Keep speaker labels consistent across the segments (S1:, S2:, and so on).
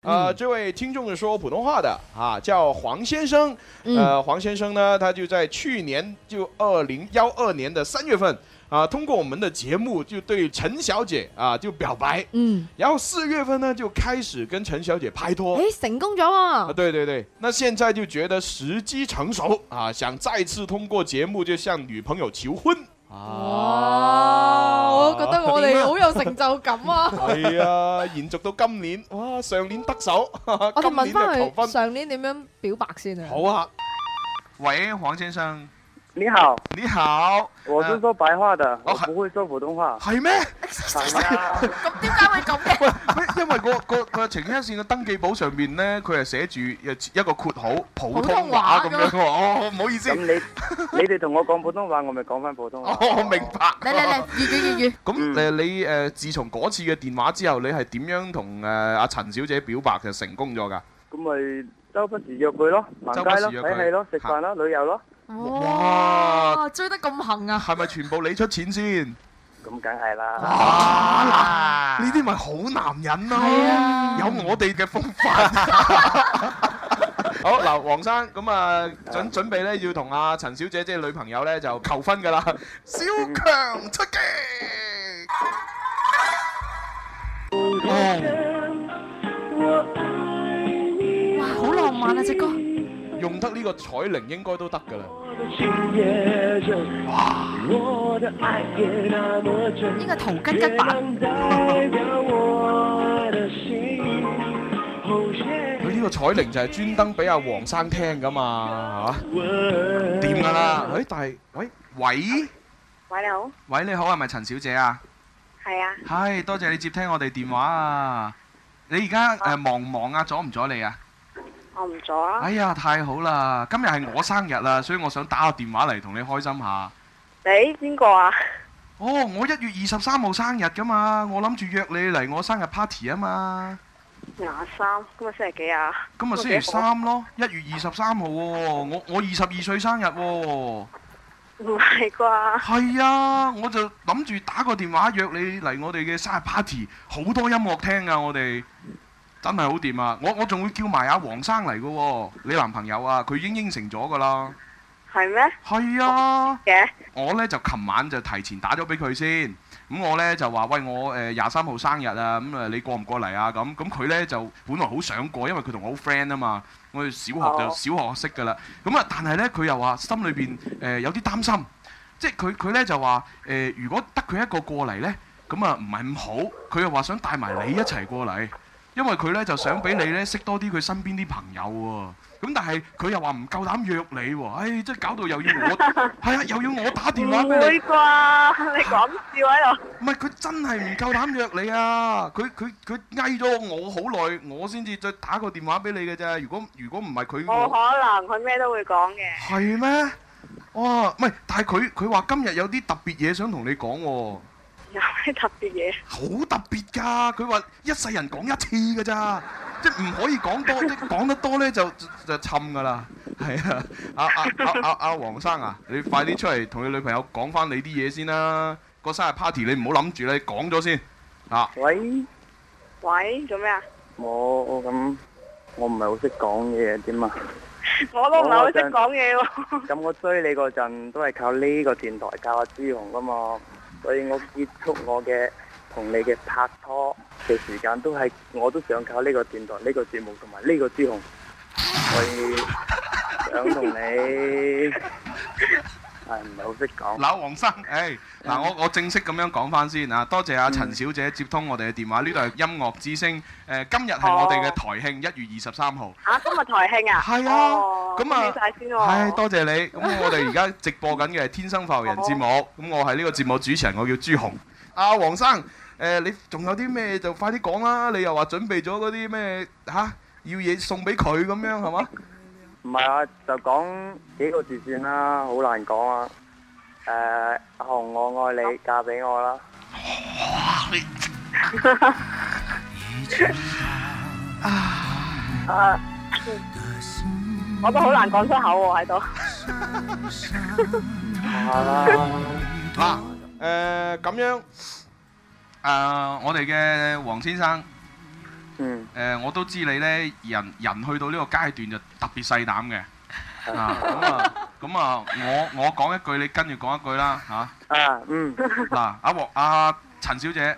S1: 嗯
S2: 呃，这位听众是说普通话的啊，叫黄先生。
S1: 嗯
S3: 嗯
S2: 呃，黄先生呢，他就在去年就二零幺二年的三月份啊，通过我们的节目就对陈小姐啊就表白，
S1: 嗯，
S2: 然后四月份呢就开始跟陈小姐拍拖。
S1: 诶，成功咗
S2: 啊，
S1: 喎，
S2: 对对对，那现在就觉得时机成熟啊，想再次通过节目就向女朋友求婚。
S1: 哇！我覺得
S2: 啊
S1: 我哋好有成就感啊！
S2: 系啊，延續到今年，哇，上年得手，
S1: 我哋
S2: 啊今
S1: 問
S2: 年就求
S1: 翻佢
S2: 婚。
S1: 上年點樣表白先啊？
S2: 好啊，喂，黃先生，
S4: 你好，
S2: 你好，
S4: 我是说白话的，
S2: 啊哦
S4: 我不会说普 通话。
S2: 係咩？
S4: 哎 呀，
S1: 咁點解會咁嘅？
S2: 咩因為個個個情牽一線嘅登記簿上面咧，佢係寫住一個括號普通話咁樣喎。哦，唔好意思
S4: 咁，你你哋同我講普通話，我咪講翻普通
S2: 哦
S4: 話。，
S2: 我明
S1: 嚟 嚟嚟，
S2: 白。
S1: 粵語粵語。
S2: 咁誒，你誒自從嗰次嘅電話之後，你係點樣同誒阿陳小姐表白就成功咗㗎？
S4: 咁咪周不時約佢咯，行街
S2: 周
S4: 咯，
S2: 不時約佢啊
S4: 睇戲咯，食飯咯，旅遊咯，
S2: 哇
S1: 哇！追得咁行啊！
S2: 係咪全部你出錢先？
S4: 咁梗係啦。
S2: 啊！嗱呢啲咪好男人咯，
S1: 啊
S2: 有我哋嘅風 範。好嗱，黃生咁啊，準準備咧要同阿陳小姐即係女朋友咧就求婚㗎啦，小強出擊！哦，
S1: 哇，好浪漫啊！只歌
S2: 用得呢個彩鈴應該都得㗎啦。
S1: 應該頭巾吉版，
S2: 佢呢個彩鈴就係專登俾阿黃生聽㗎嘛，係嘛？掂㗎啦，誒，但係，喂，喂，
S5: 喂，你好，
S2: 喂，你好，係咪陳小姐啊？
S5: 系
S6: à,
S5: 啊，
S2: 係，多謝你接聽我哋電話啊！你而家誒忙唔忙啊？阻唔阻你啊？
S5: 我唔阻啊，
S2: 哎呀，太好啦！今日係我生日啦，所以我想打個電話嚟同你開心下。
S5: 你邊個啊？
S6: à?
S2: 哦，我一月二十三號生日噶嘛，我諗住約你嚟我生日 party 啊嘛。
S5: 廿三，今日星期幾啊？
S2: 今日星期三咯，一月二十三號喎，我我二十二歲生日喎。
S5: 唔係啩？
S2: 係啊，我就諗住打個電話約你嚟我哋嘅生日 party，好多音樂聽啊，我哋真係好掂啊！我我仲會叫埋阿黃生嚟噶喎，你男朋友啊，佢已經應承咗噶啦。
S5: 係咩
S2: 係啊，
S5: 嘅？
S2: 我呢就琴晚就提前打咗俾佢先。咁我呢就話喂，我誒廿三號生日啊，咁誒你過唔過嚟啊？咁咁佢呢就本來好想過，因為佢同我好 friend 啊嘛。我哋小學就、
S5: 哦
S2: 小學識噶啦。咁啊，但係呢，佢又話心裏邊誒有啲擔心，即係佢佢呢就話誒、如果得佢一個過嚟呢，咁啊唔係咁好。佢又話想帶埋你一齊過嚟，因為佢呢就想俾你呢識多啲佢身邊啲朋友喎、咁但係佢又話唔夠膽約你喎、唉、即係搞到又要 我係啊，又要我打電
S5: 唔
S2: 話俾你
S5: 會。啩？你講笑喺度？
S2: 唔係佢真係唔夠膽約你啊！佢佢佢翳咗我好耐，我先至再打個電話俾你嘅啫。如果如果唔係佢，
S5: 冇
S2: 我
S5: 可能，佢咩都會講嘅。
S2: 係咩？哇！唔係，但係佢佢話今日有啲特別嘢想同你講喎、
S5: 有咩特別嘢？
S2: 好特別㗎。佢話一世人講一次㗎咋，即係唔可以講多，即係講得多呢就就就沉㗎啦。係啊，阿阿阿阿阿黃生啊，你快啲出嚟同你女朋友講翻你啲嘢先啦。個生日 party 你唔好諗住啦，你講咗先啊。
S4: 喂，
S5: 喂，做咩啊？
S4: 我我咁，我唔係好識講嘢點啊？
S5: 我都唔係好識講嘢喎。
S4: 咁我追你 嗰陣都係靠呢個電台教阿朱紅噶嘛，所以我結束我嘅同你嘅拍拖嘅時間都係我都想靠呢個電台、呢、個節目同埋呢個朱紅，所以想同你係唔係好識講？
S2: 嗱，黃生，誒，嗱，我我正式咁樣講翻先啊，多謝阿陳小姐接通我哋嘅電話，呢度係音樂之聲，誒，今日係我哋嘅台慶，一月二十三號，
S6: À,
S5: 啊，今日台慶啊？
S2: 係
S5: 哦
S2: 啊，咁
S5: 恭喜晒
S2: 啊，
S5: 先
S2: 係
S5: 喎。
S2: 多謝你， 咁我哋而家直播緊嘅係《天生浮人》節目，咁我係呢個節目主持人，我叫朱紅。阿黃生，誒，你仲有啲咩就快啲講啦，你又話準備咗嗰啲咩嚇，要嘢送俾佢咁樣係嘛？
S4: 唔係啊，就講幾個字算啦，好難講啊。誒、阿紅，我愛你，嫁俾我啦。
S6: Ờ.
S5: 啊我都好難講出口喎喺度。
S4: 嫁啦！
S2: 嗱，誒咁樣，誒我哋嘅黃先生，
S4: 嗯，
S2: 誒、我都知你呢，人人去到呢個階段就特別細膽嘅。啊，咁啊，咁啊，我我講一句，你跟住講一句啦，嚇、
S4: 啊，嗯，
S2: 嗱，阿黃阿陳小姐，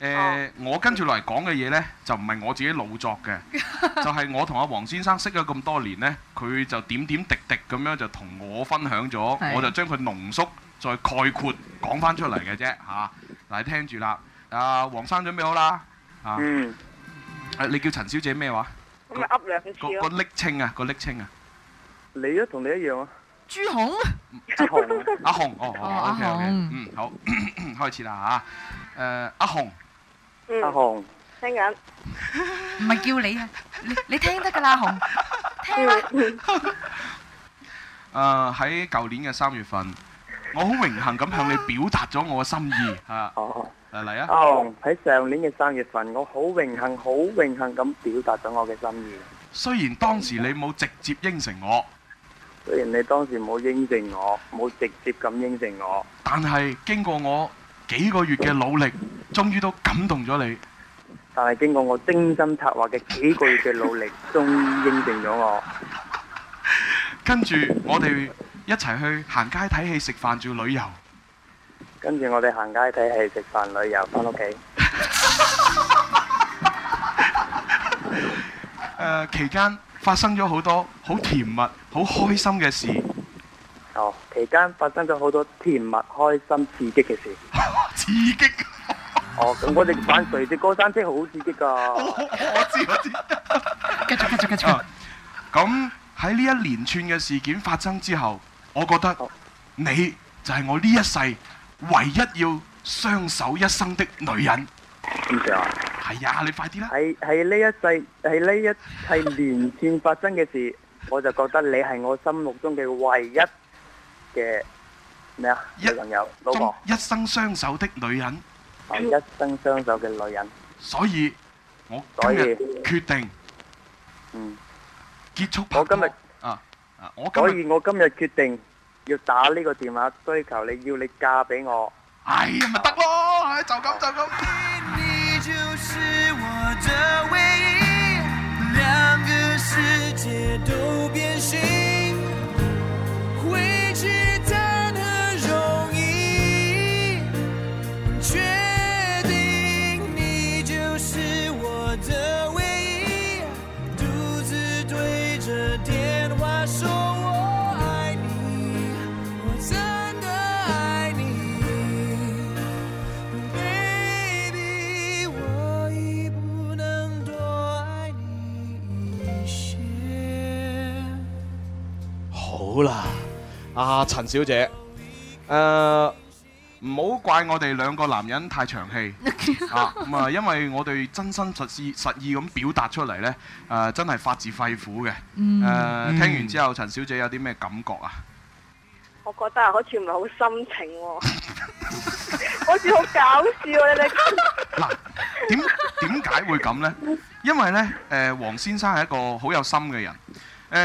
S2: 誒、我跟住嚟講嘅嘢呢，就唔係我自己老作 嘅，就係我同阿黃先生識咗咁多年呢，佢就點點滴滴咁樣就同我分享咗，
S7: 係
S2: 我就將佢濃縮再概括講翻出嚟嘅啫嚇。嗱、你聽住啦，阿、黃生準備好啦，啊，
S4: 嗯，
S2: 誒你叫陳小姐咩話？
S6: 咁咪噏兩次
S2: 個
S6: 咯。
S2: 個昵稱啊，個昵稱啊，
S4: 你都同你一樣啊，
S7: 朱 紅
S4: 阿紅，
S2: 阿紅，哦，
S7: 哦
S2: 哦
S7: 阿
S2: ，OK OK，
S7: 紅
S2: 嗯，好， 開始啦嚇，誒，阿紅。
S6: 嗯
S4: 阿，紅，
S6: 聽緊。
S7: 唔係叫你啊，你你聽得㗎啦，紅聽啦，
S2: 誒啊喺舊年嘅三月份，我好榮幸咁向你表達咗我嘅心意嚇，
S4: 哦。
S2: 嚟嚟啊！
S4: 阿紅喺上年嘅三月份，我好榮幸、好榮幸咁表達咗我嘅心意。
S2: 雖然當時你冇直接應承我，
S4: 雖然你當時冇應承我，冇直接咁應承我，
S2: 但係經過我幾個月嘅努力，終於都感動咗你。
S4: 但係經過我精心策劃嘅幾個月嘅努力，終於應承咗我。
S2: 跟住我哋一齊去行街睇戲、食飯、仲要旅遊。
S4: 跟住我哋行街睇戲、食飯、旅遊，翻屋企。
S2: 誒、期間發生咗好多好甜蜜、好開心嘅事，
S4: 哦，期間發生咗好多甜蜜、開心、刺激嘅事。
S2: 刺激。
S4: 哦，咁我哋玩垂直過山車好刺激
S2: 我
S4: 㗎。
S2: 我知我知。
S7: 繼續繼續繼續
S2: 啊，咁喺呢一連串嘅事件發生之後，我覺得你就係我呢一世唯一要相守一生的女人。
S4: 點算啊？
S2: 係呀，你快啲啦！
S4: 喺喺呢一世喺呢一系連串發生嘅事，我就覺得你係我心目中嘅唯一嘅咩啊？
S2: 一
S4: 女朋友、老婆
S2: 中，一生相守的女人，
S4: 啊一生相守嘅女人。
S2: 所以我今
S4: 所以
S2: 日決定
S4: 嗯，
S2: 結束拍
S4: 我
S2: 拖
S4: 今日
S2: 啊啊！我今
S4: 所
S2: 日
S4: 以我今日決定要打呢個電話追求你，要你嫁俾我。
S2: 哎呀，咪得咯，唉就咁就咁。
S5: 你就是我的唯一，两个世界都变形，回去谈何容易？确定你就是我的唯一，独自对着电话说我爱你，我真的爱你。Baby，我已不能多爱你一些。
S2: 好啦，阿陳小姐，誒、唔好怪我哋兩個男人太長氣啊！咁啊，因為我哋真心實意實意咁表達出嚟呢，誒、真係發自肺腑嘅。誒、聽完之後，陳小姐有啲咩感覺啊？
S6: 我覺得啊好似唔係好心情喎、 好似好搞笑啊！你哋
S2: 嗱，點點解會咁呢？因為呢，誒、黃先生係一個好有心嘅人。誒、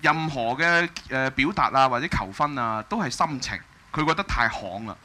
S2: 任何嘅誒、表達啊，或者求婚啊，都係心情。佢覺得太行啦，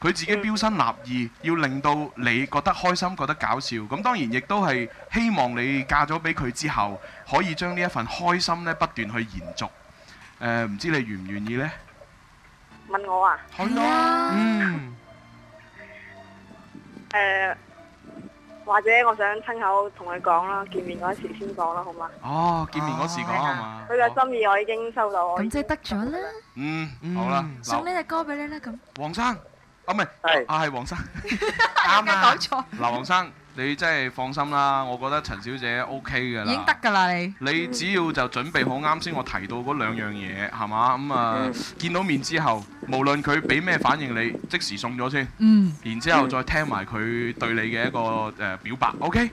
S2: 佢自己標新立異，要令到你覺得開心，覺得搞笑。咁當然亦都係希望你嫁咗俾佢之後，可以將呢一份開心呢不斷去延續。誒、唔知你願唔願意呢？
S6: 問我啊？
S2: 係咯，嗯，
S6: 誒、或者我想親口同佢講啦，見面嗰時先講啦，好嘛？
S2: 哦，見面嗰時講啊嘛，
S6: 佢嘅心意我已經收到，我
S1: 咁
S6: 已
S1: 即
S6: 經
S1: 係得咗啦，
S2: Ừ, 嗯，好啦，嗱
S1: 送呢只歌俾你啦咁。
S2: 黃生，啊唔係，
S4: 係
S2: 啊係黃生，
S7: 啱
S2: 啱
S7: 搞
S2: 啊！
S7: 錯，
S2: 嗱，黃生，你真係放心啦，我覺得陳小姐 O K 嘅
S7: 已經
S2: 啦
S7: 得。㗎啦你。
S2: 你只要就準備好啱先我提到嗰兩樣嘢，係嘛？咁啊
S4: 嗯，
S2: 見到面之後，無論佢俾咩反應你，即時送咗先，
S7: 嗯，
S2: 然之後
S4: 嗯
S2: 再聽埋佢對你嘅一個誒、呃表白。OK，ờ,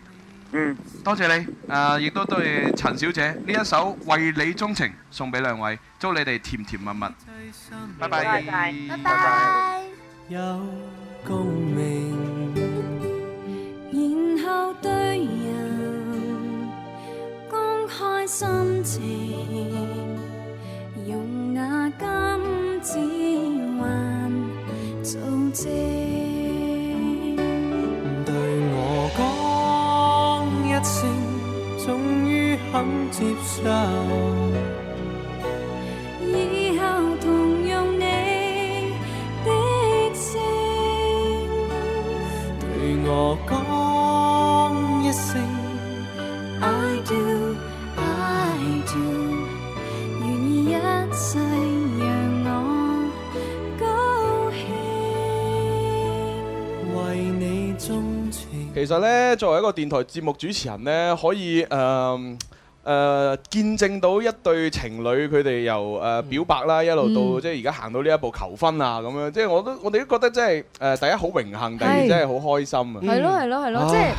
S4: 嗯，
S2: 多謝你，誒、亦都多謝陳小姐呢一首《為你鍾情》送俾兩位，祝你哋甜甜蜜蜜，拜拜，
S6: 多謝
S1: 拜
S4: 拜
S1: 拜。
S5: 有共鳴。
S8: 然後對人公開心情，用那金指環做證。
S5: 對我講一聲，於肯接受。
S8: 以後同用你的姓，
S5: 對我講一聲
S8: I do I do，願意一世讓我高興。
S5: 為你鍾情。
S2: 其實呢，作為一個電台節目主持人呢，可以誒誒、呃呃、見證到一對情侶佢哋由誒、呃表白啦，一路到、即係而家行到呢一步求婚啊咁樣，即係我都我哋都覺得真係誒、呃第一好榮幸，第二
S3: 係
S2: 真係好開心啊！
S3: 係咯係咯係
S2: 唉
S3: 咯，即係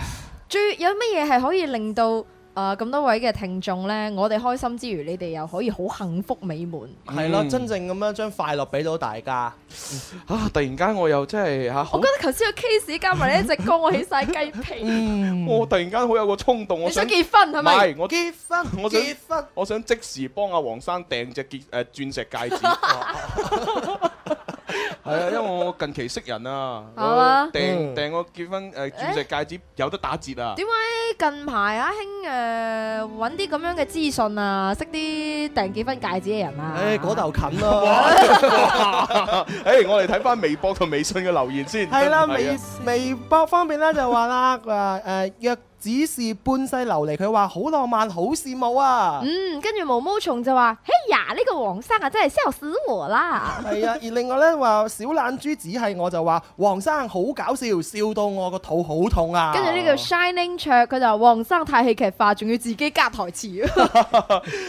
S3: 最有乜嘢係可以令到啊咁多位嘅聽眾咧，我哋開心之餘，你哋又可以好幸福美滿。
S9: 係咯，
S2: 嗯
S9: 真正咁樣將快樂俾到大家。
S2: 啊！突然間我又真係嚇，好
S3: 我覺得頭先個 case 加埋呢一隻歌，我起晒雞皮。
S9: 嗯，
S2: 我突然間好有個衝動，我
S3: 你想
S2: 想
S3: 結婚係
S2: 唔
S3: 咪？
S2: 係我
S9: 結婚，
S2: 我想
S9: 結婚，
S2: 我想即時幫阿黃生訂隻 結誒鑽石戒指。係啊，因為我近期識人啊，
S3: 係嘛
S2: 我訂
S9: 嗯
S2: 訂個結婚誒鑽石戒指有得打折啊！
S3: 點解近排啊興誒揾啲咁樣嘅資訊啊，識啲訂結婚戒指嘅人啊？
S9: 誒嗰頭近咯，
S2: 誒，我哋睇翻微博同微信嘅留言先。
S9: 係啦，
S2: 真係
S9: 微
S2: 啊
S9: 微博方面咧就話啦，佢話誒若只是半世流離，佢話好浪漫，好羨慕啊。
S3: 嗯，跟住毛毛蟲就話：嘿呀，呢個黃生啊，真係笑死我啦！
S9: 係啊，而另外咧話小懶豬只係我就話黃生好搞笑，笑到我個肚好痛啊！
S3: 跟住呢個 Shining 卓，佢就話黃生太戲劇化，仲要自己加台詞。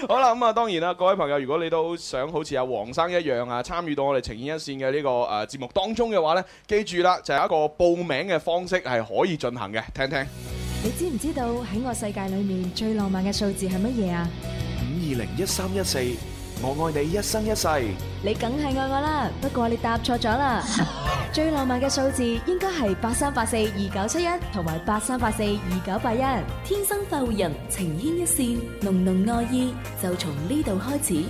S2: 好啦，咁啊，當然啦，各位朋友，如果你都想好似阿黃生一樣啊，參與到我哋情牽一線嘅呢個誒節目當中嘅話呢，記住啦，就係一個報名嘅方式係可以進行嘅，聽聽。
S8: 你知唔知道喺我世界裏面最浪漫嘅數字係乜嘢啊？你梗係愛我啦，不過你答錯咗啦。最浪漫嘅數字應該係八三八四二九七一同埋八三八四二九八一。
S10: 天生快活人，情牽一線，濃濃愛意就從呢度開始。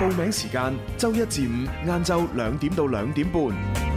S11: 報名時間：周一至五晏晝兩點到兩點半。